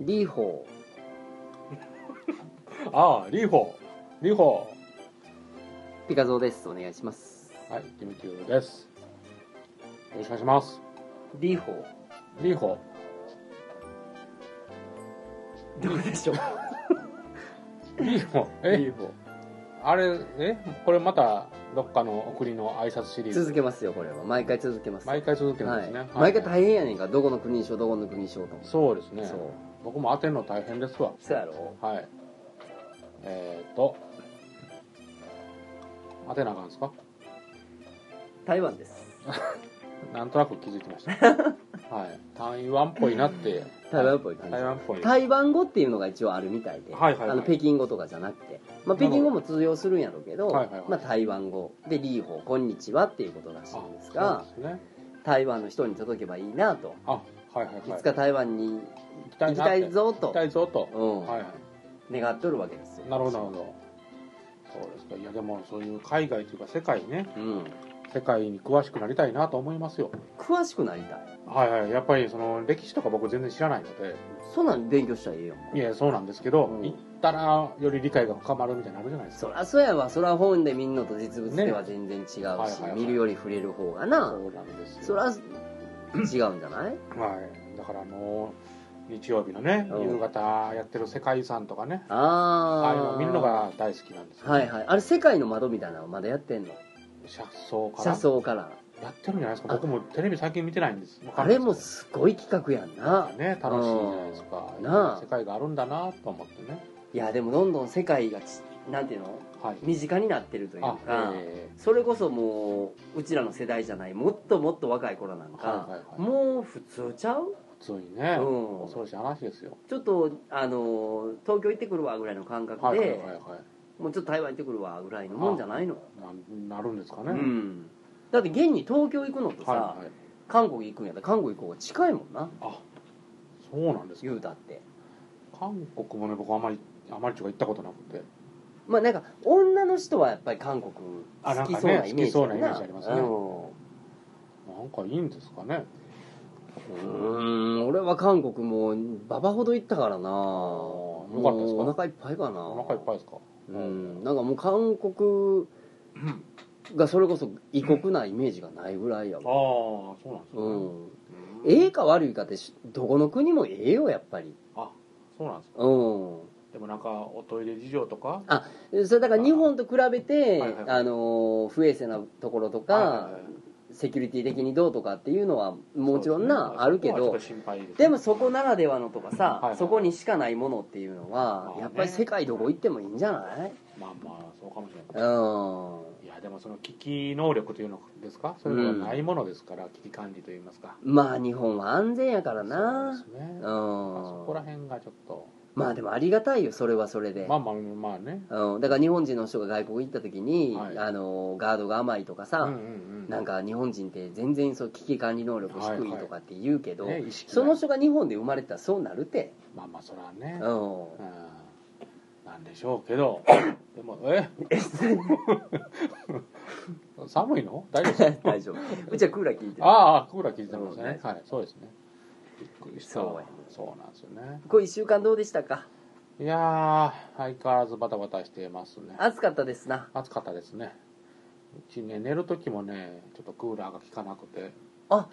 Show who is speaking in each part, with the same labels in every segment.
Speaker 1: リーホ
Speaker 2: ああ、リーホー。リーホ
Speaker 1: ーピカゾーですお願いします
Speaker 2: ー。はい、キムキューです。よろしくお願いします。
Speaker 1: リーホー
Speaker 2: リーホ
Speaker 1: どうでしょう
Speaker 2: ー。リーホー。え、
Speaker 1: ーホ
Speaker 2: あれ、え、これまた、どっかの送りの挨拶シリーズ。
Speaker 1: 続けますよこれは毎回続けます
Speaker 2: 毎回続けるんですね。
Speaker 1: はい
Speaker 2: はい
Speaker 1: 毎回大変やねんからどこの国にしようどこの国にしようと
Speaker 2: そうですね
Speaker 1: そ。う
Speaker 2: 僕も当てるの大変ですわ。
Speaker 1: そうやろ
Speaker 2: はい。えーっと、当てなあかんですか
Speaker 1: 台湾です
Speaker 2: なんとなく気づいて ました。はい。台湾っぽいなって。
Speaker 1: 台湾っぽい感じ
Speaker 2: 台湾っぽい。
Speaker 1: 台湾語っていうのが一応あるみたいで、
Speaker 2: はいはいはい
Speaker 1: あの北京語とかじゃなくて、まあ、
Speaker 2: なる
Speaker 1: 北
Speaker 2: ほど
Speaker 1: 京語も通用するんやろうけど、
Speaker 2: はいはいはい
Speaker 1: まあ、台湾語で「リーホーこんにちは」っていうことらしいんですが
Speaker 2: あそうですね。
Speaker 1: 台湾の人に届けばいいなと、
Speaker 2: あ、はいはいはい。
Speaker 1: い、つか台湾に
Speaker 2: 行き
Speaker 1: 行き
Speaker 2: なって
Speaker 1: たいぞ
Speaker 2: 行
Speaker 1: と
Speaker 2: き、たいぞと。
Speaker 1: うん
Speaker 2: はいは
Speaker 1: 願っとるわけですよ
Speaker 2: い。なるほどなるほど。そうですか。いやでもそういう海外というか世界ね、
Speaker 1: うん、
Speaker 2: 世界に詳しくなりたいなと思いますよ。
Speaker 1: 詳しくなりたい
Speaker 2: はいはい。やっぱりその歴史とか僕全然知らないので、
Speaker 1: そんなん勉強したらええよ
Speaker 2: いやそうなんですけど、
Speaker 1: うん
Speaker 2: 行ったらより理解が深まるみたいなのあるじゃないですか。
Speaker 1: そらそうやわそら本で見んのと実物では
Speaker 2: ね
Speaker 1: 全然違うし、
Speaker 2: はいはいはい
Speaker 1: 見るより触れる方がな、
Speaker 2: そうなんです
Speaker 1: そ
Speaker 2: よ。
Speaker 1: ら違うんじゃな い
Speaker 2: はい、だからもう日曜日のね、
Speaker 1: うん
Speaker 2: 夕方やってる世界遺産とかね、
Speaker 1: あ
Speaker 2: あ
Speaker 1: あ
Speaker 2: あいうのを見るのが大好きなんですよ、
Speaker 1: はいはいあれ世界の窓みたいなのまだやってんの
Speaker 2: 車窓か
Speaker 1: 車
Speaker 2: ら
Speaker 1: 窓から
Speaker 2: やってるんじゃないですか僕もテレビ最近見てないんですわか
Speaker 1: あ
Speaker 2: んな
Speaker 1: れ
Speaker 2: い
Speaker 1: も
Speaker 2: です
Speaker 1: すごい企画やん
Speaker 2: けど
Speaker 1: な
Speaker 2: ね楽しいじゃないですか
Speaker 1: うん
Speaker 2: い
Speaker 1: なあ
Speaker 2: ろんな世界があるんだなと思ってね
Speaker 1: いやでもどんどん世界がちなんていうの
Speaker 2: はい
Speaker 1: 身近になってるという
Speaker 2: あ
Speaker 1: か、
Speaker 2: え
Speaker 1: それこそもううちらの世代じゃないもっともっと若い頃なんか、
Speaker 2: はいはいはい
Speaker 1: もう普通ちゃう、
Speaker 2: ー、普通にね、
Speaker 1: うん
Speaker 2: 恐ろしい話ですよ
Speaker 1: ちょっとあの東京行ってくるわぐらいの感覚で、
Speaker 2: はいはいはいは
Speaker 1: もうちょっと台湾行ってくるわぐらいのもんじゃないの、
Speaker 2: いななるんですかね、
Speaker 1: うん、だって現に東京行くのとさ、
Speaker 2: はいはい
Speaker 1: 韓国行くんやったら韓国行こうが近いもんな
Speaker 2: あそうなんですか
Speaker 1: 言うたって
Speaker 2: 韓国もね僕あまりあまりちょっと行ったことなくて
Speaker 1: まあなんか女の人はやっぱり韓国
Speaker 2: あな
Speaker 1: 好
Speaker 2: ん
Speaker 1: き
Speaker 2: か
Speaker 1: そう
Speaker 2: ね
Speaker 1: なイメージやん
Speaker 2: 好きそうなイメージありますねなんかいいんですかね
Speaker 1: うんうん俺は韓国も馬場ほど行ったからな
Speaker 2: よかったですか
Speaker 1: もうお腹いっぱいかな
Speaker 2: お腹いっぱいですか
Speaker 1: うんなんかもう韓国がそれこそ異国なイメージがないぐらいや
Speaker 2: ああ
Speaker 1: もん
Speaker 2: そうなんですね、
Speaker 1: うんええか悪いかってしどこの国もええよやっぱり
Speaker 2: あそうなんですか
Speaker 1: うん
Speaker 2: でもなんかおトイレ事情とか
Speaker 1: それだから日本と比べて
Speaker 2: はいはいはい
Speaker 1: あの不衛生なところとか、
Speaker 2: はいはいはい
Speaker 1: セキュリティ的にどうとかっていうのはもちろんな、
Speaker 2: そうですね
Speaker 1: あるけ
Speaker 2: そこ
Speaker 1: ど
Speaker 2: はちょっと心配ですね
Speaker 1: でもそこならではのとかさ、
Speaker 2: はいはい
Speaker 1: そこにしかないものっていうの
Speaker 2: ま
Speaker 1: は
Speaker 2: あ、ね
Speaker 1: やっぱり世界どこ行ってもいいんじゃない
Speaker 2: まあまあそうかもしれ
Speaker 1: うん
Speaker 2: ないいやでもその危機能力というのですかそういうのがないものですから、危機管理といいますか
Speaker 1: まあ日本は安全やからな
Speaker 2: そうですね
Speaker 1: う
Speaker 2: まあそこら
Speaker 1: ん
Speaker 2: 辺がちょっと
Speaker 1: まあでもありがたいよそれはそれで、
Speaker 2: まあまあまあね
Speaker 1: うん、だから日本人の人が外国行った時に、
Speaker 2: はい
Speaker 1: あのガードが甘いとかさ、
Speaker 2: うんうんうん
Speaker 1: なんか日本人って全然そう危機管理能力低いとかって言うけど、
Speaker 2: ね意識が
Speaker 1: その人が日本で生まれたらそうなるて、
Speaker 2: まあまあそれはね
Speaker 1: うん、
Speaker 2: うんなんでしょう けどでもえ寒いの大丈夫 ですか
Speaker 1: 大丈夫 うちはクーラー聞いてる
Speaker 2: ああクーラー聞いてます
Speaker 1: うん大
Speaker 2: ね
Speaker 1: 丈
Speaker 2: はいそうですねびっくりした
Speaker 1: そうや
Speaker 2: そうなんですよね
Speaker 1: これ1週間どうでしたか
Speaker 2: いやー相変わらずバタバタしてますね
Speaker 1: 暑かったですな
Speaker 2: 暑かったですねうちね寝る時もねちょっとクーラーが効かなくて
Speaker 1: あ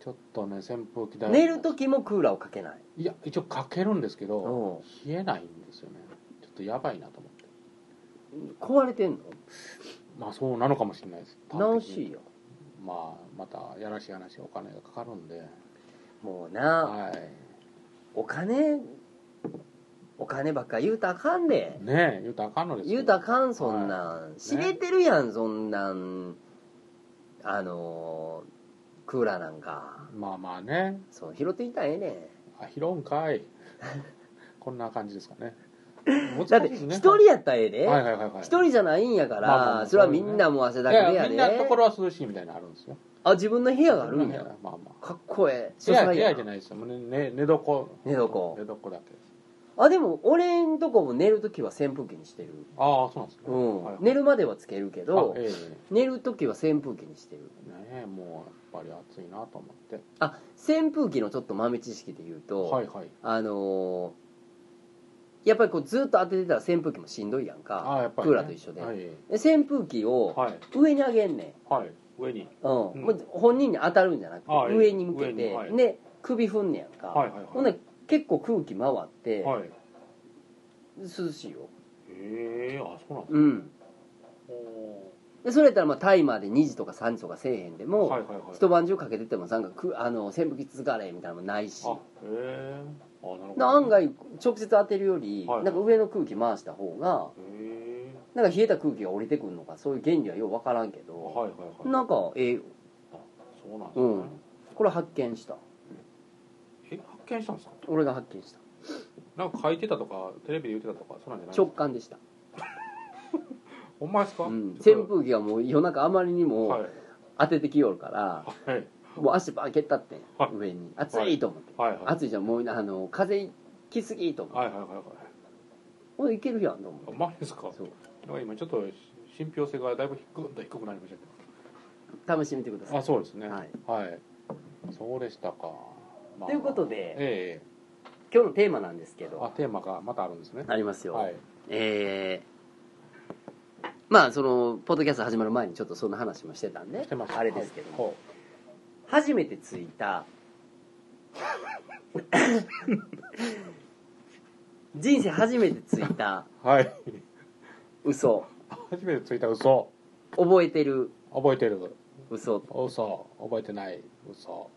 Speaker 2: ちょっとね扇風機だ
Speaker 1: 寝る時もクーラーをかけない
Speaker 2: いや一応かけるんですけど
Speaker 1: う
Speaker 2: 冷えないんですよねちょっとやばいなと思って
Speaker 1: ん壊れてんの
Speaker 2: まあそうなのかもしれないです
Speaker 1: 直しいよ
Speaker 2: まあまたやらしい話お金がかかるんで
Speaker 1: もうな
Speaker 2: はい
Speaker 1: お金お金ばっか言うたらあかんで
Speaker 2: ねえ言うたらあかんのですけど
Speaker 1: 言うたらあかんそんなん知れてるやんそんなんあのークーラーなんか
Speaker 2: まあまあね
Speaker 1: そう拾っていたらええねん
Speaker 2: あ拾うん かいこんな感じですかね
Speaker 1: だ
Speaker 2: 難
Speaker 1: っ
Speaker 2: していですね
Speaker 1: 一人やったらええで
Speaker 2: はいはいはいはい
Speaker 1: 一人じゃないんやか
Speaker 2: まあまあま
Speaker 1: ら
Speaker 2: あ
Speaker 1: それはみんなもう汗だ
Speaker 2: いや
Speaker 1: く
Speaker 2: い
Speaker 1: で
Speaker 2: や
Speaker 1: や
Speaker 2: みん
Speaker 1: で
Speaker 2: なところは涼しいみたいなのあるんですよ
Speaker 1: あ自分の部屋があるんや
Speaker 2: まあま
Speaker 1: かっこええ
Speaker 2: あ部屋部
Speaker 1: や
Speaker 2: 屋
Speaker 1: な
Speaker 2: じゃないですよもうねね寝床
Speaker 1: 寝床
Speaker 2: 寝床だけです
Speaker 1: あでも俺んとこも寝るときは扇風機にしてる、
Speaker 2: ああそうなんですね、
Speaker 1: うん
Speaker 2: はいはい
Speaker 1: 寝るまではつけるけど
Speaker 2: あえ
Speaker 1: 寝るときは扇風機にしてる
Speaker 2: えねえもうやっぱり暑いなと思って
Speaker 1: あ扇風機のちょっと豆知識で言うと、
Speaker 2: はいはい
Speaker 1: あのーやっぱりこうずっと当ててたら扇風機もしんどいやんか
Speaker 2: ああやっぱり、
Speaker 1: クーラーと一緒で
Speaker 2: はい
Speaker 1: で扇風機を
Speaker 2: はい、
Speaker 1: 上に上げんねん
Speaker 2: はい、上に
Speaker 1: うん
Speaker 2: うん
Speaker 1: もう本人に当たるんじゃなくて
Speaker 2: あええ
Speaker 1: 上に向け
Speaker 2: 上に
Speaker 1: て、
Speaker 2: はい
Speaker 1: で首振んねやんか、
Speaker 2: はいはいはい
Speaker 1: ほんで結構空気回って、
Speaker 2: はい
Speaker 1: 涼しいよ
Speaker 2: ええあそうなんですね
Speaker 1: うん
Speaker 2: お
Speaker 1: でそれやったらまあタイマーで2時とか3時とかせえへんで
Speaker 2: ー
Speaker 1: も、
Speaker 2: はいはいはい
Speaker 1: 一晩中かけててもなんかくあの扇風機続かれみたいなのもないし
Speaker 2: あへえあなるほ
Speaker 1: で
Speaker 2: ど
Speaker 1: 案外直接当てるより、
Speaker 2: はい
Speaker 1: なんか上の空気回した方が
Speaker 2: へえ
Speaker 1: なんか冷えた空気が降りてくるのかそういう原理はよう分からんけど、
Speaker 2: はいはいはい
Speaker 1: なんかええ
Speaker 2: そうなんですね、
Speaker 1: うんこれ発見した
Speaker 2: え発見したんですか
Speaker 1: 俺が発見した
Speaker 2: なんか書いてたとかテレビで言ってたとかそうなんじゃない
Speaker 1: 直感でした、
Speaker 2: ほんまですか、
Speaker 1: うん、
Speaker 2: ちょっ
Speaker 1: 扇
Speaker 2: と
Speaker 1: 風機がもう夜中あまりに
Speaker 2: はい
Speaker 1: も当ててきよるから、
Speaker 2: はい
Speaker 1: もう足バーン蹴ったってん、
Speaker 2: はい
Speaker 1: 上に暑いと思って、
Speaker 2: はいはい
Speaker 1: 暑いじゃんもうあの風来すぎと思って、
Speaker 2: はいはいはいはい
Speaker 1: これいけるやんと思って
Speaker 2: あマジですか
Speaker 1: そう
Speaker 2: なんか今ちょっと信憑性がだいぶ低く低くなりましたけ
Speaker 1: 試してみてくださ
Speaker 2: ど
Speaker 1: い
Speaker 2: あそうですね
Speaker 1: はい、
Speaker 2: はいそうでしたか、まあ
Speaker 1: ということで、
Speaker 2: え
Speaker 1: 今日のテーマなんですけ
Speaker 2: え
Speaker 1: ど
Speaker 2: あテーマがまたあるんですね
Speaker 1: ありますよ、
Speaker 2: はい
Speaker 1: えーまあそのポッドキャスト始まる前にちょっとそんな話もしてたんで
Speaker 2: してました
Speaker 1: あれですけども、
Speaker 2: はい
Speaker 1: 初めてついた人生初めてついた
Speaker 2: はい
Speaker 1: 嘘
Speaker 2: 初めてついた嘘
Speaker 1: 覚えてる
Speaker 2: 覚えてる
Speaker 1: 嘘
Speaker 2: 嘘覚えてない嘘
Speaker 1: を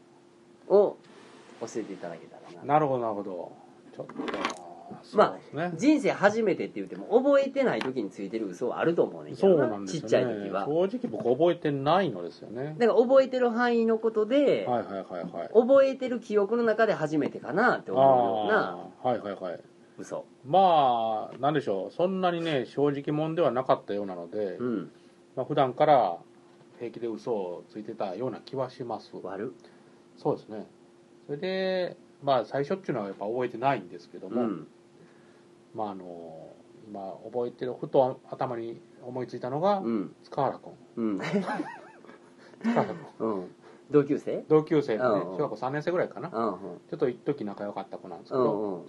Speaker 1: 教えていただけたらな
Speaker 2: なるほどなるほどちょっと
Speaker 1: まあ
Speaker 2: そうですね、
Speaker 1: 人生初めてって言っても覚えてない時についてる嘘はあると思うねんけ
Speaker 2: そ
Speaker 1: ど
Speaker 2: うなんです
Speaker 1: ち
Speaker 2: よ
Speaker 1: っ
Speaker 2: ね
Speaker 1: ちゃい時は
Speaker 2: 正直僕覚えてないのですよね
Speaker 1: だから覚えてる範囲のことで、
Speaker 2: はいはいはいはい
Speaker 1: 覚えてる記憶の中で初めてかなって思うような
Speaker 2: あーはいはいはい
Speaker 1: 嘘
Speaker 2: まあなんでしょうそんなにね正直者ではなかったようなので、
Speaker 1: うん
Speaker 2: まあ普段から平気で嘘をついてたような気はします
Speaker 1: 悪
Speaker 2: そうですねそれでまあ最初っていうのはやっぱ覚えてないんですけど
Speaker 1: う
Speaker 2: も、
Speaker 1: ん
Speaker 2: まああの今覚えてるふと頭に思いついたのが、
Speaker 1: うん
Speaker 2: 塚原君
Speaker 1: うん
Speaker 2: 塚原君
Speaker 1: うん同級生
Speaker 2: 同級生のね
Speaker 1: うんうん
Speaker 2: 小学校3年生ぐらいかなち
Speaker 1: うんうん
Speaker 2: ょっと一時仲良かった子なんですけ
Speaker 1: う
Speaker 2: ど、
Speaker 1: んうん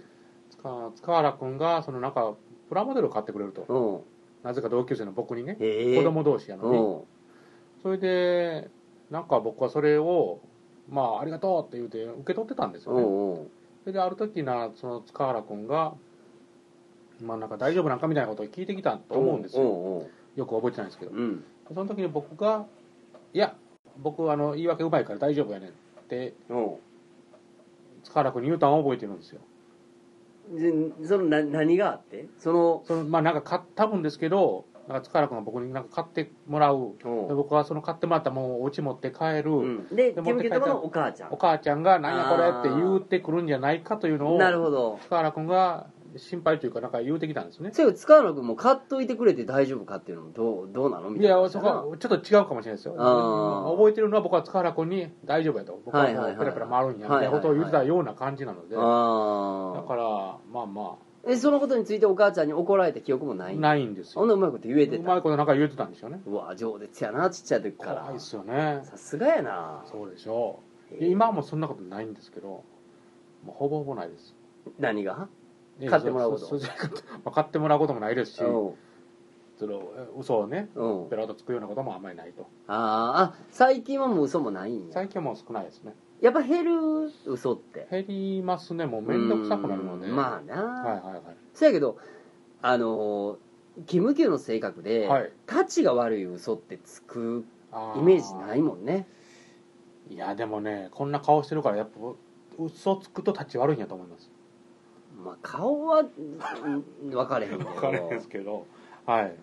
Speaker 2: 塚塚原君がそのなんかプラモデルを買ってくれると
Speaker 1: うん
Speaker 2: なぜか同級生の僕にね
Speaker 1: ええ
Speaker 2: 子供同士やのに、
Speaker 1: うん
Speaker 2: それでなんか僕はそれをまあありがとうって言うて受け取ってたんですよ
Speaker 1: う
Speaker 2: ね、
Speaker 1: んうん
Speaker 2: それである時なその塚原君がまあなんか大丈夫なんかみたいなことを聞いてきたと思うんですよ、
Speaker 1: よ
Speaker 2: よく覚えてないんですけど
Speaker 1: うんうん
Speaker 2: その時に僕が「いや僕あの言い訳うまいから大丈夫やねん」って
Speaker 1: うん
Speaker 2: 塚原君に言うたんを覚えてるんですよ
Speaker 1: うんでそのな何があってその
Speaker 2: そのまあなんか買多分ですけどなんか塚原君が僕になんか買ってもらうで僕はその買ってもらったもんをお家持って帰る、
Speaker 1: うんで
Speaker 2: で
Speaker 1: キムキュとこのお母ちゃ
Speaker 2: お
Speaker 1: ん
Speaker 2: 母ちゃんが「何やこれ」って言うてくるんじゃないかというのを
Speaker 1: なるほど
Speaker 2: 塚原君が心配というかなんか言うてきたんですね
Speaker 1: そういう塚原君も買っといてくれて大丈夫かっていうのもどうどうなのみ
Speaker 2: い
Speaker 1: たいな
Speaker 2: やそこはちょっと違うかもしれないですよ
Speaker 1: あー
Speaker 2: 覚えてるのは僕は塚原君に「大丈夫や」と「僕はも
Speaker 1: は
Speaker 2: う
Speaker 1: いはいはい
Speaker 2: ペラペラ回るんや」みたいなことを言ってたような感じなので、だ
Speaker 1: ああ
Speaker 2: からまあま
Speaker 1: えそのことについてお母ちゃんに怒られた記憶もな
Speaker 2: あ
Speaker 1: い
Speaker 2: ないんです
Speaker 1: そん
Speaker 2: よ
Speaker 1: なうまいこと言えて
Speaker 2: うま
Speaker 1: た
Speaker 2: いことなんか言うてたんでしょうね
Speaker 1: うわ上手やなちっちゃい時か
Speaker 2: 怖
Speaker 1: ら
Speaker 2: いっすよね
Speaker 1: さすがやな
Speaker 2: そうでしょう
Speaker 1: えー
Speaker 2: 今はもうそんなことないんですけどもうほぼほぼないです
Speaker 1: 何が
Speaker 2: ええ
Speaker 1: 買ってもらうこと
Speaker 2: そそそ買って まあ買ってもらうこともないですし
Speaker 1: うん
Speaker 2: そのえ嘘をね
Speaker 1: うん
Speaker 2: ペラッとつくようなこともあんまりないと
Speaker 1: あーあ最近はもう嘘もないんや
Speaker 2: 最近はもう少ないですね
Speaker 1: やっぱ減る嘘って
Speaker 2: 減りますねもう面倒くさくなるので
Speaker 1: うんまあな、
Speaker 2: あはいはいはい
Speaker 1: そやけどあのーキムキューの性格で、
Speaker 2: はい
Speaker 1: タチが悪い嘘ってつく
Speaker 2: あ
Speaker 1: イメージない
Speaker 2: い
Speaker 1: もんね
Speaker 2: いやでもねこんな顔してるからやっぱ嘘つくと立ち悪いんやと思います
Speaker 1: まあ顔はうん分かれへんけど
Speaker 2: 分かるんですけどはい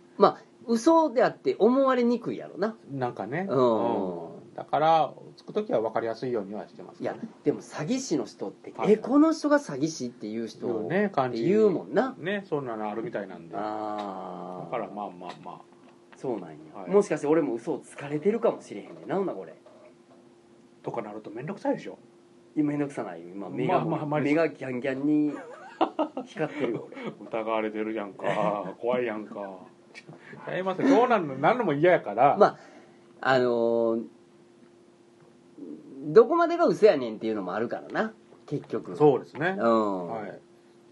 Speaker 1: 嘘であって思われにくいやろな
Speaker 2: なんかね、
Speaker 1: うん
Speaker 2: うんだからつく時は分かりやすいようにはしてます
Speaker 1: いや
Speaker 2: ね
Speaker 1: でも詐欺師の人って、
Speaker 2: はい
Speaker 1: えこの人が詐欺師っていう人
Speaker 2: そうね
Speaker 1: っ
Speaker 2: 感
Speaker 1: て
Speaker 2: じ
Speaker 1: 言うもんな
Speaker 2: ねそんなのあるみたいなんでだか
Speaker 1: ああ
Speaker 2: らまあまあま
Speaker 1: そうなんや、
Speaker 2: はい
Speaker 1: もしかして俺も嘘をつかれてるかもしれへんねんなほんなこれ
Speaker 2: あとかなると面倒くさいでしょ
Speaker 1: 今めんどくさない今目が、
Speaker 2: まあまあまあ
Speaker 1: 目がギャンギャン に光ってるよ俺
Speaker 2: 疑われてるや んか怖いやんかちゃいますよどうなんのなんのも嫌やから、
Speaker 1: まああのーどこまでが嘘やねんっていうのもあるからな結局
Speaker 2: そうですね、
Speaker 1: うん、、
Speaker 2: はいい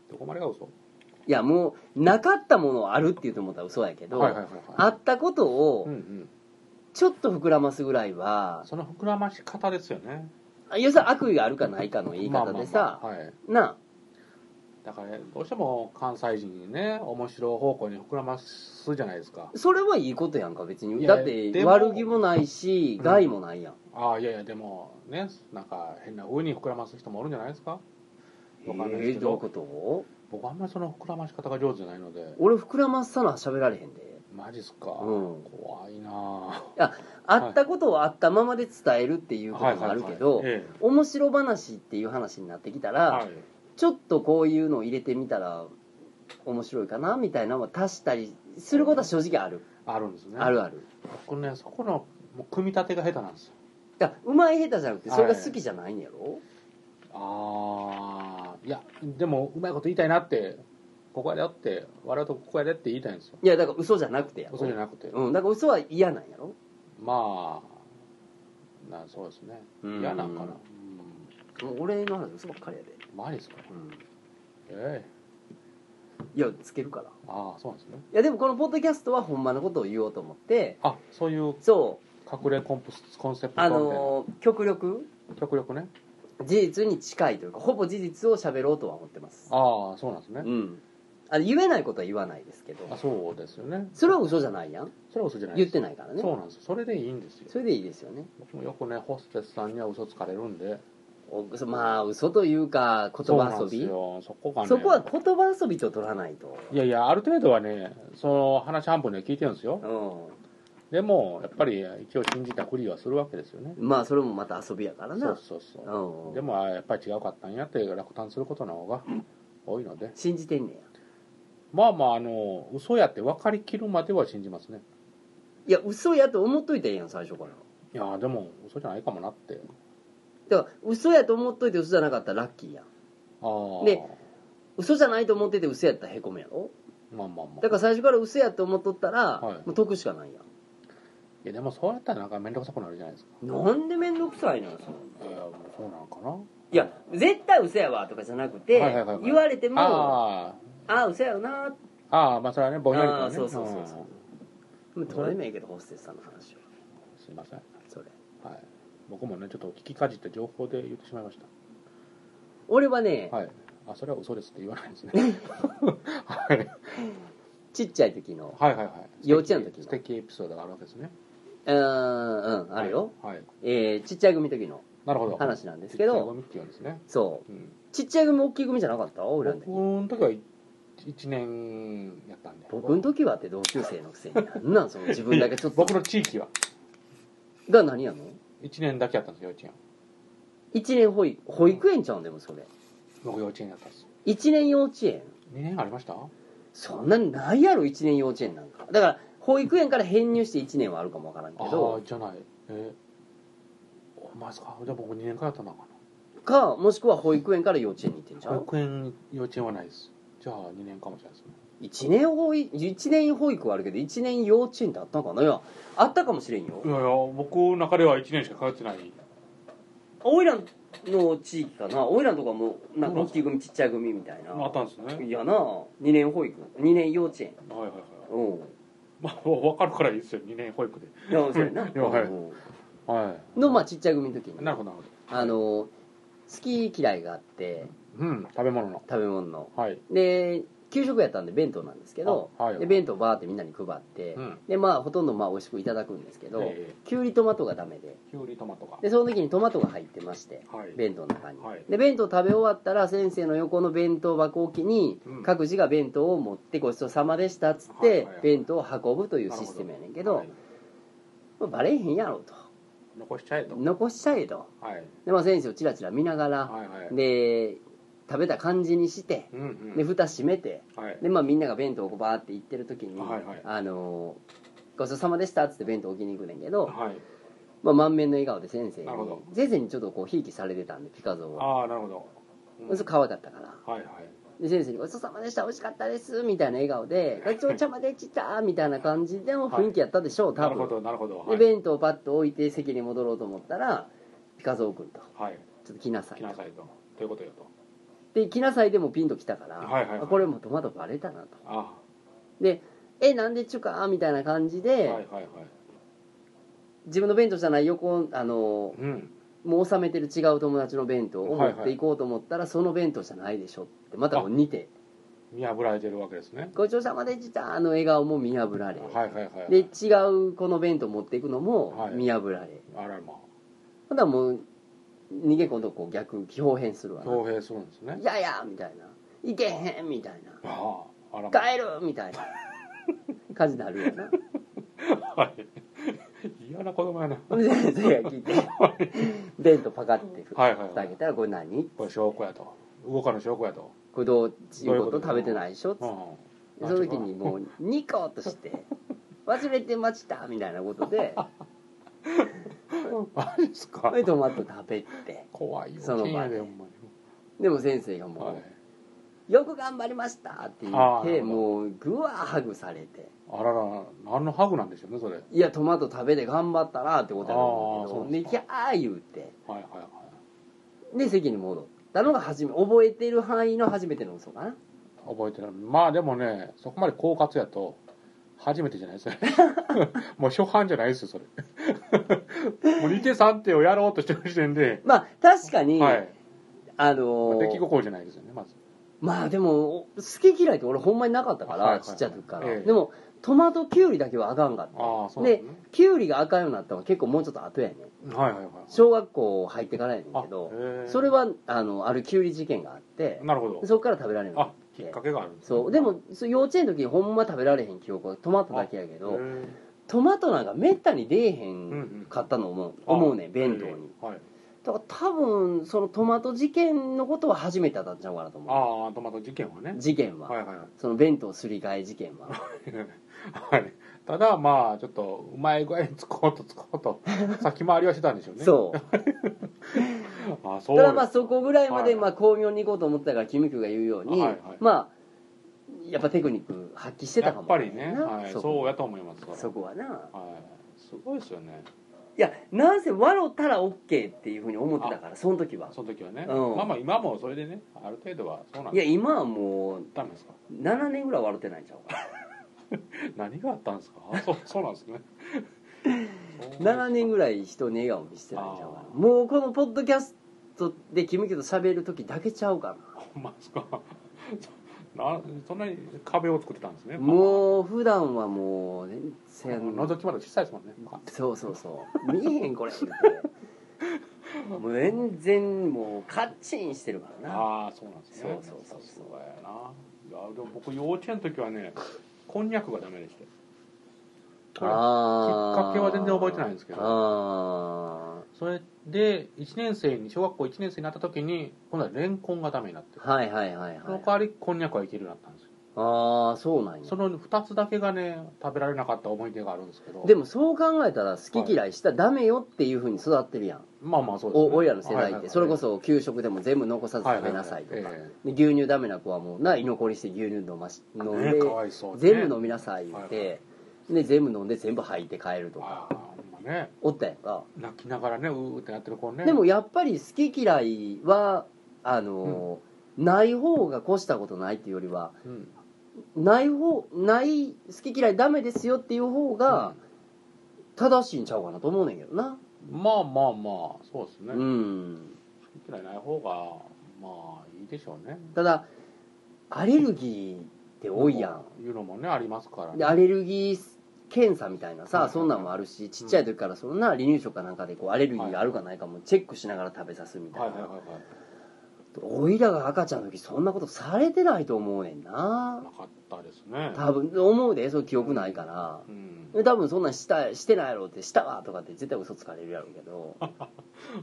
Speaker 2: どこまでが嘘
Speaker 1: やもうなかったものをあるって言うと思ったら嘘やけど、
Speaker 2: はいはいはい
Speaker 1: あ
Speaker 2: はい
Speaker 1: ったこと
Speaker 2: うん
Speaker 1: を
Speaker 2: うん
Speaker 1: ちょっと膨らますぐらいは、
Speaker 2: その膨らまし方ですよね
Speaker 1: 要するに悪意があるかないかの言い方でさ、
Speaker 2: まあまあまあはい
Speaker 1: なあ
Speaker 2: だからどうしても関西人にね面白い方向に膨らますじゃないですか
Speaker 1: それはいいことやんか別
Speaker 2: い
Speaker 1: に
Speaker 2: や
Speaker 1: だって
Speaker 2: でも
Speaker 1: 悪気もないし
Speaker 2: うん
Speaker 1: 害もないやん、
Speaker 2: ああいやいやでもねなんか変な風に膨らます人もおるんじゃないですかわかんない
Speaker 1: え
Speaker 2: で
Speaker 1: ーどうい
Speaker 2: すけど
Speaker 1: うこと
Speaker 2: 僕あんまりその膨らまし方が上手じゃないので
Speaker 1: 俺膨らまさな喋られへんで
Speaker 2: マジっす
Speaker 1: う
Speaker 2: か、
Speaker 1: ん
Speaker 2: 怖いなあ
Speaker 1: あったことをあったままで伝えるっていうこともあるけど、
Speaker 2: はいはいはいえ
Speaker 1: 面白話っていう話になってきた
Speaker 2: え
Speaker 1: ら、
Speaker 2: はい
Speaker 1: ちょっとこういうのを入れてみたら面白いかなみたいなのは足したりすることは正直ある、
Speaker 2: あるんですね
Speaker 1: あるある
Speaker 2: 僕ねそこのもう組み立てが下手なんですよ
Speaker 1: いやうまい下手じゃなくてそれが好きじゃないんやろ、
Speaker 2: ああいやでもうまいこと言いたいなってここやでよって笑うとここやでって言いたいんですよ
Speaker 1: い、やだから嘘じゃなくてやろ
Speaker 2: 嘘じゃなくて、
Speaker 1: うん、だから嘘は嫌なんやろ
Speaker 2: まあなそうですね
Speaker 1: うん
Speaker 2: 嫌なんかな、うん
Speaker 1: もう俺の話嘘ばっかりやで、
Speaker 2: マジですか
Speaker 1: うん、
Speaker 2: ええ
Speaker 1: いやつけるから
Speaker 2: ああそうなんですね
Speaker 1: いやでもこのポッドキャストはほんまのことを言おうと思って
Speaker 2: あそういう
Speaker 1: そう
Speaker 2: 隠れコンプスコンセプト
Speaker 1: あ
Speaker 2: みたいな、
Speaker 1: のー極力
Speaker 2: 極力ね
Speaker 1: 事実に近いというかほぼ事実を喋ろうとは思ってます
Speaker 2: ああそうなんですね、
Speaker 1: うんあ言えないことは言わないですけど
Speaker 2: あそうですよね
Speaker 1: それは嘘じゃないやん
Speaker 2: それは嘘じゃない
Speaker 1: 言って
Speaker 2: ない
Speaker 1: ないからね
Speaker 2: そうなんですよそれでいいんですよ
Speaker 1: それでいいですよね
Speaker 2: 僕もよくねホステスさんには嘘つかれるんで
Speaker 1: おそまあ嘘というか言葉遊び
Speaker 2: そうなんですよそこがね
Speaker 1: そこは言葉遊びと取らないと
Speaker 2: いやいやある程度はねその話半分で聞いてるんですよ
Speaker 1: う
Speaker 2: でもやっぱり一応信じたふりはするわけですよね
Speaker 1: んまあそれもまた遊びやから
Speaker 2: そう
Speaker 1: な
Speaker 2: そうそう
Speaker 1: うん
Speaker 2: でもあやっぱり違うかったんやって落胆することの方が多いので
Speaker 1: 信じてんねや
Speaker 2: まあまああの嘘やって分かりきるまでは信じますね
Speaker 1: いや嘘やと思っといたらええやん最初から
Speaker 2: いやでも嘘じゃないかもなって
Speaker 1: だから嘘やと思っといて嘘じゃなかったらラッキーやん
Speaker 2: ああ
Speaker 1: で嘘じゃないと思ってて嘘やったらへこむやろ
Speaker 2: まあまあまあ
Speaker 1: だから最初から嘘やと思っとったら、
Speaker 2: はい
Speaker 1: もう得しかないやん
Speaker 2: いやでもそうやったらなんか面倒くさくなるじゃないですか
Speaker 1: なんで面倒くさいのよそんない
Speaker 2: やもうそうなんかない
Speaker 1: や絶対嘘やわとかじゃなくて、
Speaker 2: はいはいはいはい
Speaker 1: 言われてもあ
Speaker 2: あ
Speaker 1: あ嘘やよなって
Speaker 2: あああまあそれはねぼんやりと
Speaker 1: あ
Speaker 2: は
Speaker 1: あ
Speaker 2: ね
Speaker 1: そうそうそうそう、
Speaker 2: ん
Speaker 1: どうでもいいけどホステスさんの話は
Speaker 2: うんすいませんはい
Speaker 1: それ
Speaker 2: 僕もねちょっと聞きかじって情報で言ってしまいまし
Speaker 1: 俺はね、
Speaker 2: たはいあそれは嘘ですって言わないん ですねはい
Speaker 1: ちっちゃい時の
Speaker 2: はいはいはい
Speaker 1: 幼稚園の時の
Speaker 2: 素敵エピソードがあるわけですね
Speaker 1: うんうんあるよ、
Speaker 2: はいはい
Speaker 1: えーちっちゃい組の時の
Speaker 2: なるほど
Speaker 1: 話なんですけど
Speaker 2: ちっちゃいゴミっていうんですね
Speaker 1: そう
Speaker 2: うん
Speaker 1: ちっちゃい組大きい組じゃなかった俺らの時
Speaker 2: 僕の時は1年やったんで
Speaker 1: 僕の時はって同級生のくせになんなんその自分だけちょっと
Speaker 2: 僕の地域は
Speaker 1: が何やの
Speaker 2: 1年だけやったんです幼稚園
Speaker 1: 一年保育保育園ちゃうんでもそれ
Speaker 2: 僕幼稚園やったんです
Speaker 1: 一年幼稚園
Speaker 2: 2年ありました
Speaker 1: そんなにないやろ一年幼稚園なんかだから保育園から編入して一年はあるかもわからんけ
Speaker 2: あ
Speaker 1: ど
Speaker 2: あじゃないえお前ですかじゃあ僕2年間やったのか
Speaker 1: かもしくは保育園から幼稚園に行ってんちゃ
Speaker 2: な
Speaker 1: う
Speaker 2: 保育園幼稚園はないですじゃあ2年かもしれないですね
Speaker 1: 一年保育一年保育はあるけど一年幼稚園ってあったのかないやあったかもしれんよ
Speaker 2: いやいや僕の中では1年しか通ってない
Speaker 1: オイラの地域かなオイラのとこはもうなんか大きい組ちっちゃい組みたいな
Speaker 2: あったんですねはい
Speaker 1: いやな2年保育2年幼稚園
Speaker 2: はいはい
Speaker 1: うん
Speaker 2: まあ分かるからいいですよ2年保育で
Speaker 1: いやそうやな
Speaker 2: いやはい
Speaker 1: うん
Speaker 2: は
Speaker 1: のまあちっちゃい組の時に
Speaker 2: なるほどなるほど
Speaker 1: あの好き嫌いがあって
Speaker 2: うん食べ物の
Speaker 1: 食べ物の
Speaker 2: はい
Speaker 1: で給食やったんで弁当なんですけど、
Speaker 2: あはい
Speaker 1: で弁当バーってみんなに配って、
Speaker 2: うん
Speaker 1: でまあほとんどまあ美味しくいただくんですけど、
Speaker 2: え
Speaker 1: きゅうりトマトがダメで
Speaker 2: えきゅうりトマトが
Speaker 1: でその時にトマトが入ってまして
Speaker 2: はい
Speaker 1: 弁当の中に、
Speaker 2: はい
Speaker 1: で弁当食べ終わったら先生の横の弁当箱置きに
Speaker 2: うん
Speaker 1: 各自が弁当を持ってごちそうさまでしたっつって、
Speaker 2: はいはいはい
Speaker 1: 弁当を運ぶというシステムやねんけど
Speaker 2: はい
Speaker 1: まあバレへんやろと
Speaker 2: 残しちゃえと
Speaker 1: 残しちゃえと
Speaker 2: はい
Speaker 1: で、まあ、先生をチラチラ見ながら、
Speaker 2: はいはい
Speaker 1: で食べた感じにして
Speaker 2: うんう
Speaker 1: で
Speaker 2: ん
Speaker 1: 蓋閉めて
Speaker 2: はい
Speaker 1: でまあみんなが弁当をこうバーって行ってる時に「
Speaker 2: はいはい
Speaker 1: あのーごちそうさまでした」っつって弁当置きに行くねんけど
Speaker 2: はい
Speaker 1: まあ、満面の笑顔で先生に
Speaker 2: なるほど
Speaker 1: 先生にちょっとこうひいきされてたんでピカゾンは
Speaker 2: ああなるほど、うん
Speaker 1: それ可愛かったから
Speaker 2: はいはい
Speaker 1: で先生に「ごちそうさまでした美味しかったです」みたいな笑顔で「ごちそうちゃまでした」みたいな感じでも雰囲気やったでしょう
Speaker 2: な
Speaker 1: 多
Speaker 2: るほ
Speaker 1: 分
Speaker 2: どなるほどは
Speaker 1: で
Speaker 2: い、
Speaker 1: 弁当をパッと置いて席に戻ろうと思ったらピカゾン君と
Speaker 2: はい、
Speaker 1: 「ちょっと来なさい
Speaker 2: 来」なさいとということよと
Speaker 1: で「来なさい」でもピンと来たから、
Speaker 2: はいはいはい
Speaker 1: あこれもうトマトバレたなと
Speaker 2: あ
Speaker 1: で「えなんでちゅうか?」みたいな感じ
Speaker 2: あ
Speaker 1: で、
Speaker 2: はいはいはい
Speaker 1: 自分の弁当じゃない横あの
Speaker 2: うん
Speaker 1: もう納めてる違う友達の弁当を持
Speaker 2: はいはい
Speaker 1: っていこうと思ったら、その弁当じゃないでしょってまたもう似て
Speaker 2: 見破られてるわけですね
Speaker 1: 「ごちそうさまでした」の笑顔も見破られ、
Speaker 2: はいはいはい
Speaker 1: で違うこの弁当持っていくのも
Speaker 2: はい
Speaker 1: 見破られ、
Speaker 2: あらま
Speaker 1: ほんだらもう逃げ込んとこう逆気泡変するわな
Speaker 2: 強兵するんですね
Speaker 1: 「いやいや」みたいな「いけへん」みたいな
Speaker 2: あああら
Speaker 1: 「
Speaker 2: ま
Speaker 1: 帰る」みた いな感じになるよな
Speaker 2: はい 嫌な子供やな
Speaker 1: ほんで先生が聞い て弁当パカって振
Speaker 2: はいはい
Speaker 1: って
Speaker 2: は
Speaker 1: あげ
Speaker 2: い
Speaker 1: たら「これ何?
Speaker 2: これ証拠やと動かぬ証拠やと、」
Speaker 1: これどうちゅうこと食べてないでしょっつ
Speaker 2: う
Speaker 1: っ
Speaker 2: ん
Speaker 1: て、その時にもうニコッと して「忘れてました」みたいなことで
Speaker 2: マジっすか
Speaker 1: それでトマト食べて
Speaker 2: 怖いよ
Speaker 1: その場で
Speaker 2: 金やでほんま
Speaker 1: でも先生が
Speaker 2: に
Speaker 1: もう
Speaker 2: はい
Speaker 1: よく頑張りましたって言
Speaker 2: あ
Speaker 1: っ
Speaker 2: ーな
Speaker 1: て
Speaker 2: るほど
Speaker 1: もうぐわーハグされて
Speaker 2: あらら何のハグなんでしょうねそれはい
Speaker 1: いやトマト食べて頑張ったなってことだと思うけど
Speaker 2: あーそう
Speaker 1: でキャー言うて
Speaker 2: はいは
Speaker 1: で席に戻ったのが初め覚えてる範囲の初めての嘘かない
Speaker 2: 覚えてないまあでもねそこまで狡猾やと初めてじゃないで すよもう初犯じゃないですよそれもう2手3手をやろうとしてる時点で、
Speaker 1: まあ確かに、
Speaker 2: はい
Speaker 1: あ
Speaker 2: ま
Speaker 1: の
Speaker 2: あ
Speaker 1: ー
Speaker 2: 出来心じゃないですよねまず
Speaker 1: まあでも好き嫌いって俺ほんまになかったから、
Speaker 2: はいはいはい
Speaker 1: ちっちゃい時から、
Speaker 2: ええ
Speaker 1: でもトマトキュウリだけはあかんかった
Speaker 2: ああそうなんですね
Speaker 1: キュウリが赤いようになったのは結構もうちょっと後やね
Speaker 2: はいはいはい
Speaker 1: 小学校入ってからやねんけど
Speaker 2: あへえ
Speaker 1: それはあのあるキュウリ事件があって
Speaker 2: なるほど
Speaker 1: そこから食べられる
Speaker 2: あきっかけがあるんですね
Speaker 1: そうでもそう幼稚園の時にほんま食べられへん記憶はトマトだけやけ
Speaker 2: へえ
Speaker 1: どトマトなんかめったに出えへ
Speaker 2: うんうんん
Speaker 1: かったの思う
Speaker 2: あ
Speaker 1: 思うねん弁当に
Speaker 2: はい
Speaker 1: だから多分そのトマト事件のことは初めてだったんちゃうかなと思
Speaker 2: ああトマト事件はね
Speaker 1: う事件は、
Speaker 2: はいはいはい
Speaker 1: その弁当すり替え事件は
Speaker 2: はい、ただまあちょっとうまい具合につこうとつこうと先回りはしてたんでしょうね
Speaker 1: そう
Speaker 2: うあそ
Speaker 1: た
Speaker 2: う
Speaker 1: だまあそこぐらいまで
Speaker 2: はい
Speaker 1: まあ巧妙にいこうと思ってたからキムキューが言うように、
Speaker 2: はいはい
Speaker 1: まあやっぱテクニック発揮して
Speaker 2: や
Speaker 1: たか
Speaker 2: っ
Speaker 1: も
Speaker 2: ぱ
Speaker 1: れ
Speaker 2: り
Speaker 1: んな
Speaker 2: ね、はい、
Speaker 1: そ
Speaker 2: そう
Speaker 1: こ
Speaker 2: やと思います
Speaker 1: そこはな
Speaker 2: はい、すごいですよね
Speaker 1: いやなんせ笑ったら OK っていうふうに思ってたからその時は
Speaker 2: その時はね、
Speaker 1: うん
Speaker 2: まあまあ今もそれでねある程度はそうなん
Speaker 1: い
Speaker 2: で
Speaker 1: や
Speaker 2: す
Speaker 1: 今はもう
Speaker 2: ダメですか
Speaker 1: 7年ぐらい笑ってないんちゃうか
Speaker 2: 何があったんですかあそうそうなんで すねそう
Speaker 1: 7年ぐらい人に笑顔見せてないんちゃうか
Speaker 2: あ
Speaker 1: なもうこのポッドキャストでキムキューと喋る時だけちゃうか
Speaker 2: ほんまですか そなそんなに壁を作ってたんですね
Speaker 1: なもう普段はもう全然
Speaker 2: 覗きまだ小さいですもんね
Speaker 1: そうそうそう見えへん これ言うてもう全然もうカッチンしてるからな
Speaker 2: ああそうなんですね
Speaker 1: そうそうそうそう
Speaker 2: さすがやないやでも僕幼稚園の時はねこんにゃくがダメでしたよこれ
Speaker 1: あ
Speaker 2: きっかけは全然覚えてないんですけど
Speaker 1: あ
Speaker 2: それで1年生に小学校1年生になった時に今度はレンコンがダメになって
Speaker 1: ーはいはいはい
Speaker 2: その
Speaker 1: はい
Speaker 2: 代わりこんにゃくはいけるようになったんですよ
Speaker 1: ああそうなんや
Speaker 2: その2つだけがね食べられなかった思い出があるんですけど
Speaker 1: でもそう考えたら好き嫌いしたらダメよっていうふうに育ってるやん、
Speaker 2: まあまあそうですね
Speaker 1: お親の世代ってそれこ
Speaker 2: は
Speaker 1: そ給食でも全部残さず
Speaker 2: はい
Speaker 1: 食
Speaker 2: は
Speaker 1: べ
Speaker 2: いは
Speaker 1: ないさいとか
Speaker 2: え
Speaker 1: で牛乳ダメな子はもうな居残りして牛乳飲まし飲
Speaker 2: え
Speaker 1: ん
Speaker 2: ね
Speaker 1: で
Speaker 2: かわいそうね
Speaker 1: 全部飲みなさい言っ
Speaker 2: はい
Speaker 1: てで全部飲んで全部吐いて帰るとか
Speaker 2: ああほんまね
Speaker 1: おったやんか
Speaker 2: 泣きながらねうーってなってる子ね
Speaker 1: でもやっぱり好き嫌いはあのー、ない方が越したことないっていうよりは
Speaker 2: うん
Speaker 1: ない方ない好き嫌いダメですよっていう方が正しいんちゃうかなと思うねんけどな
Speaker 2: まあまあまあそうですね
Speaker 1: うん
Speaker 2: 好き嫌いない方がまあいいでしょうね
Speaker 1: ただアレルギーって多いやん
Speaker 2: いうのもねありますから
Speaker 1: で
Speaker 2: ね
Speaker 1: アレルギー検査みたいな
Speaker 2: はい
Speaker 1: さ
Speaker 2: はい
Speaker 1: そんなんもあるしちっちゃい時からそんな離乳食かなんかでこうアレルギーがあるかないかもチェックしながら食べさすみた
Speaker 2: はいいはい
Speaker 1: な
Speaker 2: はいはい
Speaker 1: おいらが赤ちゃんの時そんなことされてないと思うねんな
Speaker 2: なかったですね
Speaker 1: 多分思うでそう記憶ないから
Speaker 2: うん
Speaker 1: で多分そんなんしたしてないやろってしたわとかって絶対嘘つかれるやろうけど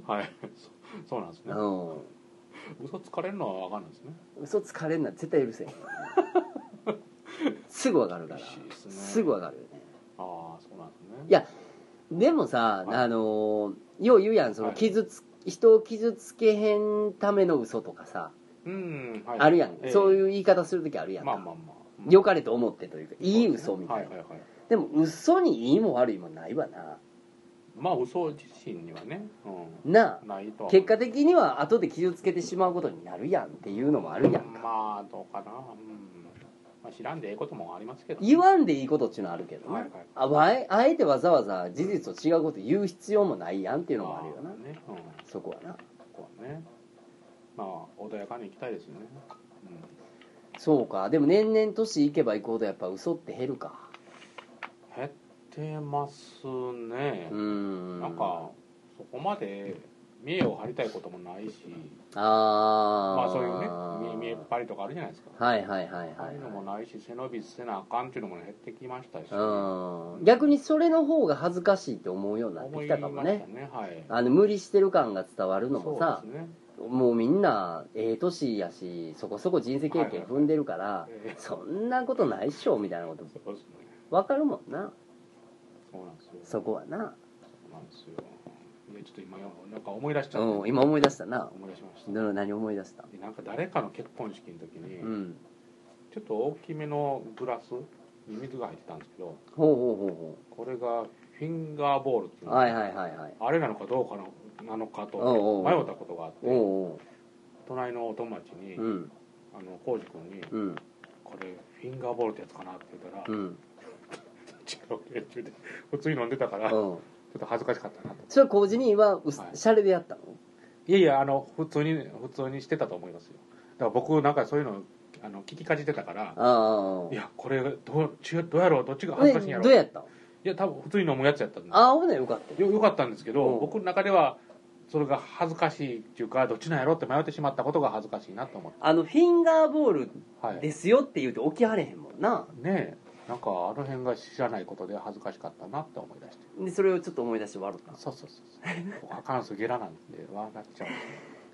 Speaker 2: はいそそうなんですね
Speaker 1: う
Speaker 2: 嘘つかれるのは分かるんですね
Speaker 1: ん嘘つかれんなら絶対許せへ んすぐわかるから
Speaker 2: 厳しいっすね
Speaker 1: すぐわかるよね
Speaker 2: ああそうなんですね
Speaker 1: いやでもさ、
Speaker 2: はい
Speaker 1: あのーよう言うやんその
Speaker 2: はい
Speaker 1: 傷つ、人を傷つけへんための嘘とかさ、
Speaker 2: うん、はい
Speaker 1: あるやん、そう
Speaker 2: う
Speaker 1: いう言い方する時あるやんか、
Speaker 2: まあまあまあ
Speaker 1: 良かれと思ってというかいい嘘みたいな、
Speaker 2: はいはいはい
Speaker 1: でも嘘にいいも悪いもないわな
Speaker 2: まあ嘘自身にはね、う
Speaker 1: なあ
Speaker 2: ん、ないとは
Speaker 1: 結果的には後で傷つけてしまうことになるやんっていうのもあるやんか、
Speaker 2: まあどうかな、うんまあ、知らんでええこともありますけど、
Speaker 1: 言わんでいいことっちゅうのはあるけどね、
Speaker 2: はいはい
Speaker 1: あわえあえてわざわざ事実と違うこと言う必要もないやんっていうのもあるよな、
Speaker 2: まねうん、
Speaker 1: そこはな
Speaker 2: ここはねまあ穏やかにいきたいですよね、
Speaker 1: そうかでも年々年いけばいくほどやっぱ嘘って減るか
Speaker 2: うん、減ってますね
Speaker 1: う、ん
Speaker 2: なんかそこまで見栄を張りたいこともないし
Speaker 1: ああ
Speaker 2: まあそういうね見見栄っ張りとかあるじゃないですか
Speaker 1: はいはいはい
Speaker 2: ああ
Speaker 1: はい
Speaker 2: いうのもないし背伸びせなあかんっていうのも減ってきましたし、
Speaker 1: うん逆にそれの方が恥ずかしいと思うようになって
Speaker 2: 思
Speaker 1: き
Speaker 2: い
Speaker 1: た
Speaker 2: ま
Speaker 1: かも
Speaker 2: し
Speaker 1: ね
Speaker 2: たねはい
Speaker 1: あの無理してる感が伝わるのもさ
Speaker 2: そうですね
Speaker 1: もうみんなええ年やしそこそこ人生経験踏んでるから、
Speaker 2: ええ
Speaker 1: そんなことないっしょみたいなこと
Speaker 2: そうですね
Speaker 1: わかるもんな
Speaker 2: そうなんですよ
Speaker 1: そこはな、
Speaker 2: そうなんですよいやちょっと今なんか思い出しちゃって、
Speaker 1: うん、今思い出したな
Speaker 2: 思い出しました
Speaker 1: どの何思い出した
Speaker 2: でなんか誰かの結婚式の時に、
Speaker 1: うん
Speaker 2: ちょっと大きめのグラスに水が入ってたんですけど
Speaker 1: ほうほうほうほう
Speaker 2: これがフィンガーボールっていうの
Speaker 1: はいはいはいはい
Speaker 2: あれなのかどうかななのかと
Speaker 1: おうおう
Speaker 2: 迷ったことがあって
Speaker 1: おうお
Speaker 2: 隣のお友達に、
Speaker 1: ううん
Speaker 2: あの浩司君に
Speaker 1: うん
Speaker 2: 「これフィンガーボールってやつかな?」って言ったら「
Speaker 1: うん
Speaker 2: 違う」って言って普通に飲んでたからちょっ
Speaker 1: うん
Speaker 2: と恥ずかしかったなと
Speaker 1: それは工事にはうす
Speaker 2: はい
Speaker 1: シャレでやったの
Speaker 2: いやいやあの普通に普通にしてたと思いますよだから僕なんかそういうのあの聞きかじってたから
Speaker 1: あ
Speaker 2: いやこれどうちゅどうやろうどっちが
Speaker 1: あ
Speaker 2: 恥
Speaker 1: で
Speaker 2: ずかしいんやろ
Speaker 1: どうやったの
Speaker 2: いや多分普通に飲むやつやったんで
Speaker 1: ああほなよかったよ
Speaker 2: よよかったんですけど、
Speaker 1: うん
Speaker 2: 僕の中ではそれが恥ずかしいっていうかどっちなんやろって迷ってしまったことが恥ずかしいなと思って
Speaker 1: あのフィンガーボール
Speaker 2: はいね
Speaker 1: ですよって言うて起きはれへんもんな
Speaker 2: えなんかあの辺が知らないことで恥ずかしかったなって思い出して
Speaker 1: でそれをちょっと思い出して笑った
Speaker 2: そうそうそうそう関数ゲラなんで笑っちゃうんですよ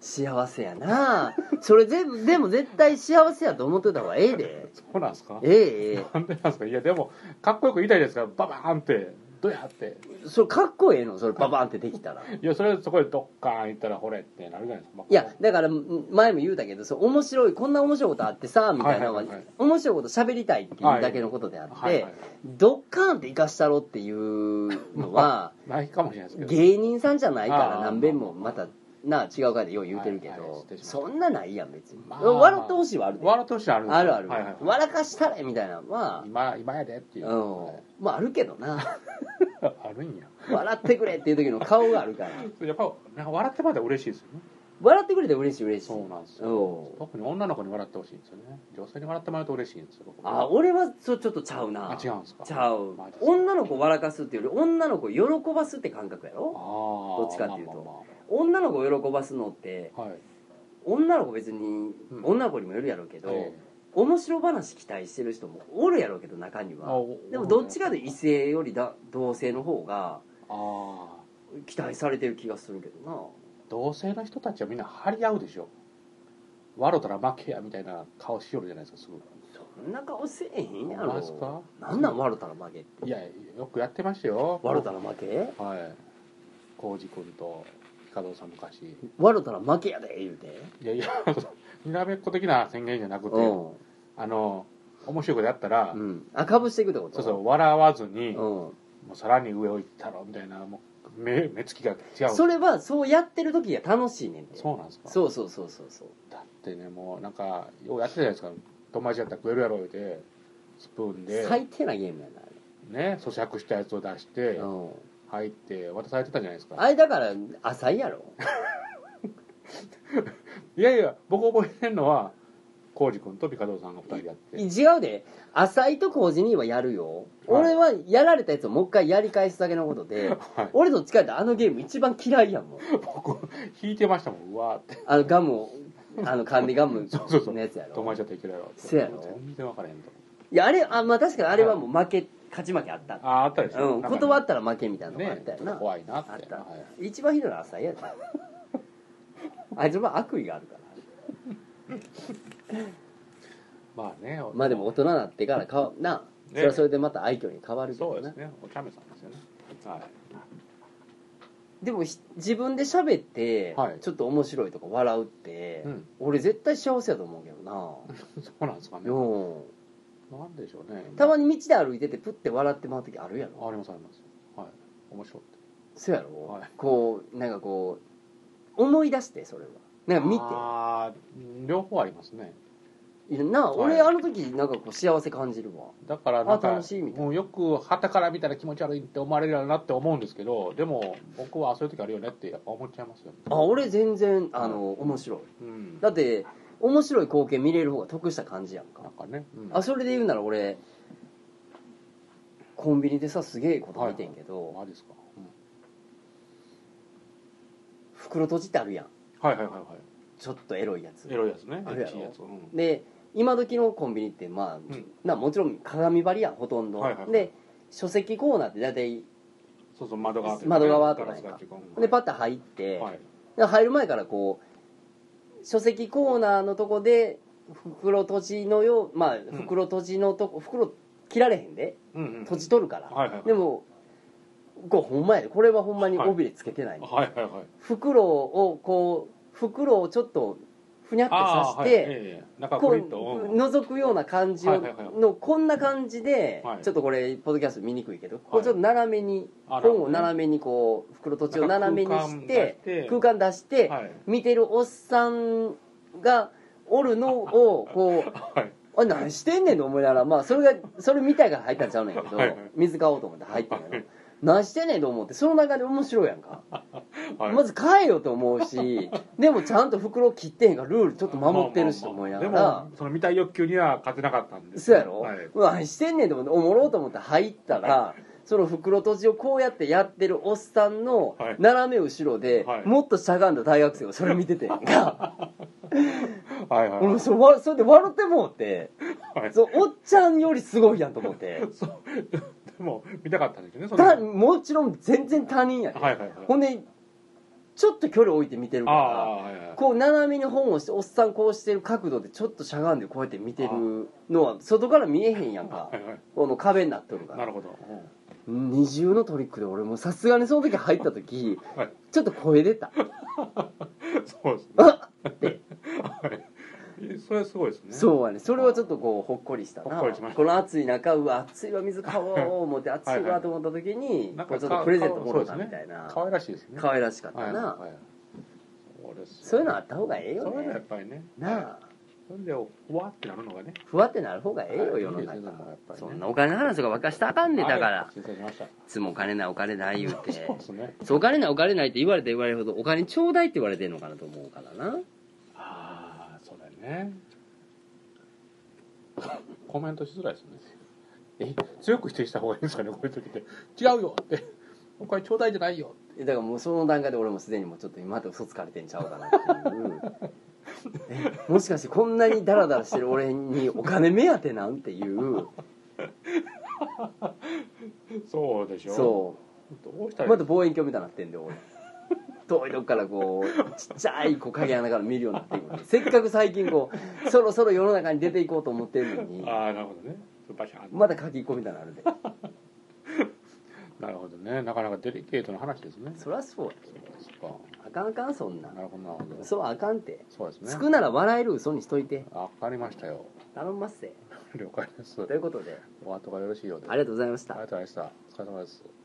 Speaker 1: 幸せやなそれ全部でも絶対幸せやと思ってた方がええで
Speaker 2: そうなんですか
Speaker 1: えええ
Speaker 2: なんでなんですかいやでもかっこよく言いたいですからババーンってどうやって
Speaker 1: えそれかっこええのそれババンってできたら
Speaker 2: いやそれそこでドッカーン行ったらほれってなるじゃないですか
Speaker 1: いやだからん前も言うたけどそう面白いこんな面白いことあってさみたいなのは
Speaker 2: はいはいはい
Speaker 1: 面白いこと喋りたいっていうだけのことであって、
Speaker 2: はいはい
Speaker 1: ドッカーンって生かしたろっていうのは
Speaker 2: ないかもしれないですけど
Speaker 1: 芸人さんじゃないから
Speaker 2: あー
Speaker 1: 何べんもまたな違う回でよう言うてるけ
Speaker 2: はいはい
Speaker 1: ど
Speaker 2: 失礼しました
Speaker 1: そんなないやん別に
Speaker 2: まあ
Speaker 1: 笑ってほしいはあるで
Speaker 2: 笑うとしてあるんですよ
Speaker 1: あるある
Speaker 2: はいはいはい
Speaker 1: 笑かしたれみたいなのは
Speaker 2: 今今やでっていう、
Speaker 1: うんまああるけどな
Speaker 2: あるんや
Speaker 1: 笑ってくれっていう時の顔があるから
Speaker 2: やっぱなんか笑ってまで嬉しいですよね
Speaker 1: 笑ってくれて嬉しい嬉しい
Speaker 2: そうなんです
Speaker 1: お
Speaker 2: よ
Speaker 1: う
Speaker 2: 特に女の子に笑ってほしいんですよね女性に笑ってもらうと嬉しいんですよ僕
Speaker 1: あ俺はそれちょっとちゃうな
Speaker 2: あ違うんですか
Speaker 1: ちゃう
Speaker 2: マジですか
Speaker 1: 女の子笑かすっていうより女の子喜ばすって感覚や
Speaker 2: あ
Speaker 1: ろ
Speaker 2: ー
Speaker 1: どっちかっていうと
Speaker 2: まあま
Speaker 1: 女の子喜ばすのって
Speaker 2: あまあはい
Speaker 1: 女の子別に
Speaker 2: うん
Speaker 1: 女の子にもよるやろうけど、
Speaker 2: え
Speaker 1: 面白話期待してる人もおるやろうけど中に
Speaker 2: え
Speaker 1: は
Speaker 2: お
Speaker 1: でもどっちかで異性よりだ同性の方が
Speaker 2: ああ
Speaker 1: 期待されてる気がするけどな
Speaker 2: 同性の人たちはみんな張り合うでしょ笑うたら負けやみたいな顔しよるじゃないですかすぐ
Speaker 1: そんな顔せえへんや
Speaker 2: なんすか
Speaker 1: ろなんなん笑ったら負けって
Speaker 2: いやよくやってましたよ
Speaker 1: 笑ったら負け
Speaker 2: はい浩司君と光藤さん昔
Speaker 1: 笑ったら負けやで言うて
Speaker 2: いやいやにらめっこ的な宣言じゃなくて
Speaker 1: うん
Speaker 2: あの面白いことやったら、
Speaker 1: うんあかぶしていくってこと
Speaker 2: そうそう笑わずに、も
Speaker 1: うん
Speaker 2: うさらに上を行ったろみたいなもう目目つきが違う
Speaker 1: それはそうやってる時が楽しいねんて
Speaker 2: そうなんですか
Speaker 1: そうそうそうそうそう
Speaker 2: だってねもうなんかようやってたじゃないですか友達やったら食えるやろ言うてスプーンで
Speaker 1: 最低なゲームやなあれ
Speaker 2: ね咀嚼したやつを出して
Speaker 1: うん
Speaker 2: 入って渡されてたじゃないですか
Speaker 1: あれだから浅いやろ
Speaker 2: いやいや僕覚えてるのは浩司君とピカドーさんが2人やって
Speaker 1: 違うで浅いと工事にはやるよ、
Speaker 2: はい
Speaker 1: 俺はやられたやつをもう一回やり返すだけのことで
Speaker 2: はい
Speaker 1: 俺どっちかってあのゲーム一番嫌いやもん
Speaker 2: 僕引いてましたもんうわーって
Speaker 1: あのガムをあの噛んでガム
Speaker 2: そうそうそう
Speaker 1: のやつやろ
Speaker 2: 友達やったらいけるやろって
Speaker 1: せやろ
Speaker 2: 全然分からへんと
Speaker 1: いやあれあまあ確かにあれはもう負け勝ち負けあった
Speaker 2: あああったでしょ、
Speaker 1: うん
Speaker 2: なんか
Speaker 1: 断ったら負けみたいなのがあ
Speaker 2: ね
Speaker 1: ったよな、
Speaker 2: 怖いなって
Speaker 1: あった、
Speaker 2: はい
Speaker 1: 一番ひどいのは浅いやつあいつは悪意があるから
Speaker 2: まあね
Speaker 1: まあでも大人になってからかわな、
Speaker 2: ね
Speaker 1: それはそれでまた愛嬌に変わるけ
Speaker 2: そ
Speaker 1: ど
Speaker 2: うで
Speaker 1: ね
Speaker 2: すねお茶目さんですよねはい
Speaker 1: でもひ自分で喋って、
Speaker 2: はい
Speaker 1: ちょっと面白いとか笑うって、
Speaker 2: うん
Speaker 1: 俺絶対幸せやと思うけどな
Speaker 2: そうなんですかね
Speaker 1: よ
Speaker 2: なんでしょうね
Speaker 1: うたまに道で歩いててプッて笑って回る時あるやろ
Speaker 2: ありますありますはい面白い
Speaker 1: そうやろ、
Speaker 2: はい
Speaker 1: こうなんかこう思い出してそれはなんか見て
Speaker 2: あー両方ありますね
Speaker 1: いやなあ
Speaker 2: はい
Speaker 1: 俺あの時なんかこう幸せ感じるわ
Speaker 2: だからなん
Speaker 1: あ
Speaker 2: か
Speaker 1: 楽しいみたいな
Speaker 2: もうよく旗から見たら気持ち悪いって思われるよなって思うんですけどでも僕はそういう時あるよねってやっぱ思っちゃいますよね
Speaker 1: あ俺全然あの面白い
Speaker 2: うん
Speaker 1: だって面白い光景見れる方が得した感じやん
Speaker 2: なん
Speaker 1: か
Speaker 2: かね、うん
Speaker 1: あそれで言うなら俺コンビニでさすげえこと見てんけど、
Speaker 2: マジですか、うん
Speaker 1: 袋閉じってあるやん
Speaker 2: はいはいはいは
Speaker 1: ちょっとエロいやつ
Speaker 2: いエロいやつね
Speaker 1: あるやろ
Speaker 2: エッチいやつ、うん
Speaker 1: で今時のコンビニってまあ、
Speaker 2: うん
Speaker 1: なもちろん鏡張りやんほとんど、
Speaker 2: はいはいはい
Speaker 1: で書籍コーナーって大体
Speaker 2: そうそう窓側という
Speaker 1: 窓側とか
Speaker 2: ガラ
Speaker 1: ね
Speaker 2: スがっていうかうん
Speaker 1: でパッと入って、
Speaker 2: はい
Speaker 1: で入る前からこう書籍コーナーのとこで袋閉じのようまあ
Speaker 2: ん
Speaker 1: 袋閉じのとこ、袋切られへんで
Speaker 2: うんうん
Speaker 1: 閉じ取るから、
Speaker 2: はいはいはい
Speaker 1: でもこれほんまやでこれはほんまに
Speaker 2: はい
Speaker 1: 尾びれつけてない、
Speaker 2: はいはいはい
Speaker 1: 袋をこう袋をちょっとふにゃって
Speaker 2: あー
Speaker 1: 刺し
Speaker 2: はい
Speaker 1: て、
Speaker 2: ええ中
Speaker 1: こ
Speaker 2: く
Speaker 1: う
Speaker 2: りっとうん
Speaker 1: 覗くような感じを
Speaker 2: はいはいはい
Speaker 1: のこんな感じで
Speaker 2: はい
Speaker 1: ちょっとこれポッドキャスト見にくいけどこうちょっと斜めに
Speaker 2: あ
Speaker 1: 本を斜めにこう袋とちを斜めにして空間出して
Speaker 2: はい
Speaker 1: 見てるおっさんがおるのをこう
Speaker 2: はい
Speaker 1: 「あ何してんねん」と思いながらまあそれがそれ見たいから入ったんちゃうねんけど
Speaker 2: はいはい
Speaker 1: 水買おうと思って入ってんけ
Speaker 2: は
Speaker 1: ど
Speaker 2: い
Speaker 1: 何してんねんと思ってその中で面白いやんか
Speaker 2: はい
Speaker 1: まず買えよと思う しでもちゃんと袋切ってへんからルールちょっと守ってるしと思いなが
Speaker 2: まあまあまあ
Speaker 1: ら
Speaker 2: でもその見たい欲求には勝てなかったんです
Speaker 1: そうやろ、
Speaker 2: はいう
Speaker 1: わしてんねんと思っておもろうと思って入ったらその袋閉じをこうやってやってるおっさんの
Speaker 2: はい
Speaker 1: 斜め後ろで、
Speaker 2: はい
Speaker 1: もっとしゃがんだ大学生がそれ見ててが
Speaker 2: はいはい
Speaker 1: 俺もそれわそれで笑ってもうって
Speaker 2: はい
Speaker 1: そうおっちゃんよりすごいやんと思って
Speaker 2: そうでも見たかったんですよね その
Speaker 1: たもちろん全然他人やで、
Speaker 2: はいはいはい
Speaker 1: ほんでちょっと距離置いて見てる
Speaker 2: ああ
Speaker 1: か
Speaker 2: はいはい
Speaker 1: らこう斜めに本をしておっさんこうしてる角度でちょっとしゃがんでこうやって見てるのは外から見えへんやんか
Speaker 2: はいはい
Speaker 1: この壁になっとるから
Speaker 2: なるほど
Speaker 1: 二重のトリックで俺もさすがにその時入った時
Speaker 2: うんはい
Speaker 1: ちょっと声出た
Speaker 2: そうですね
Speaker 1: あ
Speaker 2: はいそれはすごいですね
Speaker 1: そうやねそれはちょっとこうほっこりしたな
Speaker 2: ほっこりしました
Speaker 1: この暑い中うわ暑いわ水買おう思って暑いわと思った時に
Speaker 2: なん
Speaker 1: こ
Speaker 2: か
Speaker 1: うちょっとプレゼントもろうたみたいな
Speaker 2: 可愛らしいですね
Speaker 1: 可愛らしかっ
Speaker 2: は
Speaker 1: た
Speaker 2: い
Speaker 1: な
Speaker 2: はいそうです
Speaker 1: そういうのあ
Speaker 2: あ
Speaker 1: った方がええよ
Speaker 2: そういうのやっ
Speaker 1: ね
Speaker 2: ぱりね
Speaker 1: なあ
Speaker 2: それでおわってなるのがね
Speaker 1: ふわってなる方がええよ
Speaker 2: はい
Speaker 1: 世の
Speaker 2: いいですよでもやっ
Speaker 1: 中
Speaker 2: ぱりね
Speaker 1: そんなお金の話とかばっかしたらあかんねんだから
Speaker 2: はい失礼しました
Speaker 1: いつもお金ないお金ない言うて
Speaker 2: そうですね
Speaker 1: そうお金ないお金ないって言われて言われるほどお金ちょうだいって言われてんのかなと思うからな
Speaker 2: ああそうだよねコメントしづらいですねえ強く否定した方がいいんですかねこういう時って違うよってお金ちょうだいじゃないよ
Speaker 1: だからもうその段階で俺もすでにもうちょっと今まで嘘つかれてんちゃうかなっていうえもしかしてこんなにダラダラしてる俺にお金目当てなんていう
Speaker 2: そうでしょ
Speaker 1: そう
Speaker 2: どうした
Speaker 1: う
Speaker 2: ら
Speaker 1: また望遠鏡みたいになってんだよ俺遠いとこからこうちっちゃいこう影穴から見るようになってく るせっかく最近こうそろそろ世の中に出ていこうと思ってるのに
Speaker 2: ああなるほどねバシャン
Speaker 1: まだ書き込みたいなのあるで
Speaker 2: なるほどねなかなかデリケートな話ですね
Speaker 1: そりゃそうや
Speaker 2: そっか
Speaker 1: あかんあかんそんな
Speaker 2: なるほどなるほど
Speaker 1: そうあかんて
Speaker 2: そうですね
Speaker 1: つくなら笑える嘘にしといて
Speaker 2: わかりましたよ
Speaker 1: 頼んますせ
Speaker 2: 了解です
Speaker 1: ということで
Speaker 2: お後がよろしいようで
Speaker 1: ありがとうございました
Speaker 2: ありがとうございましたお疲れ様です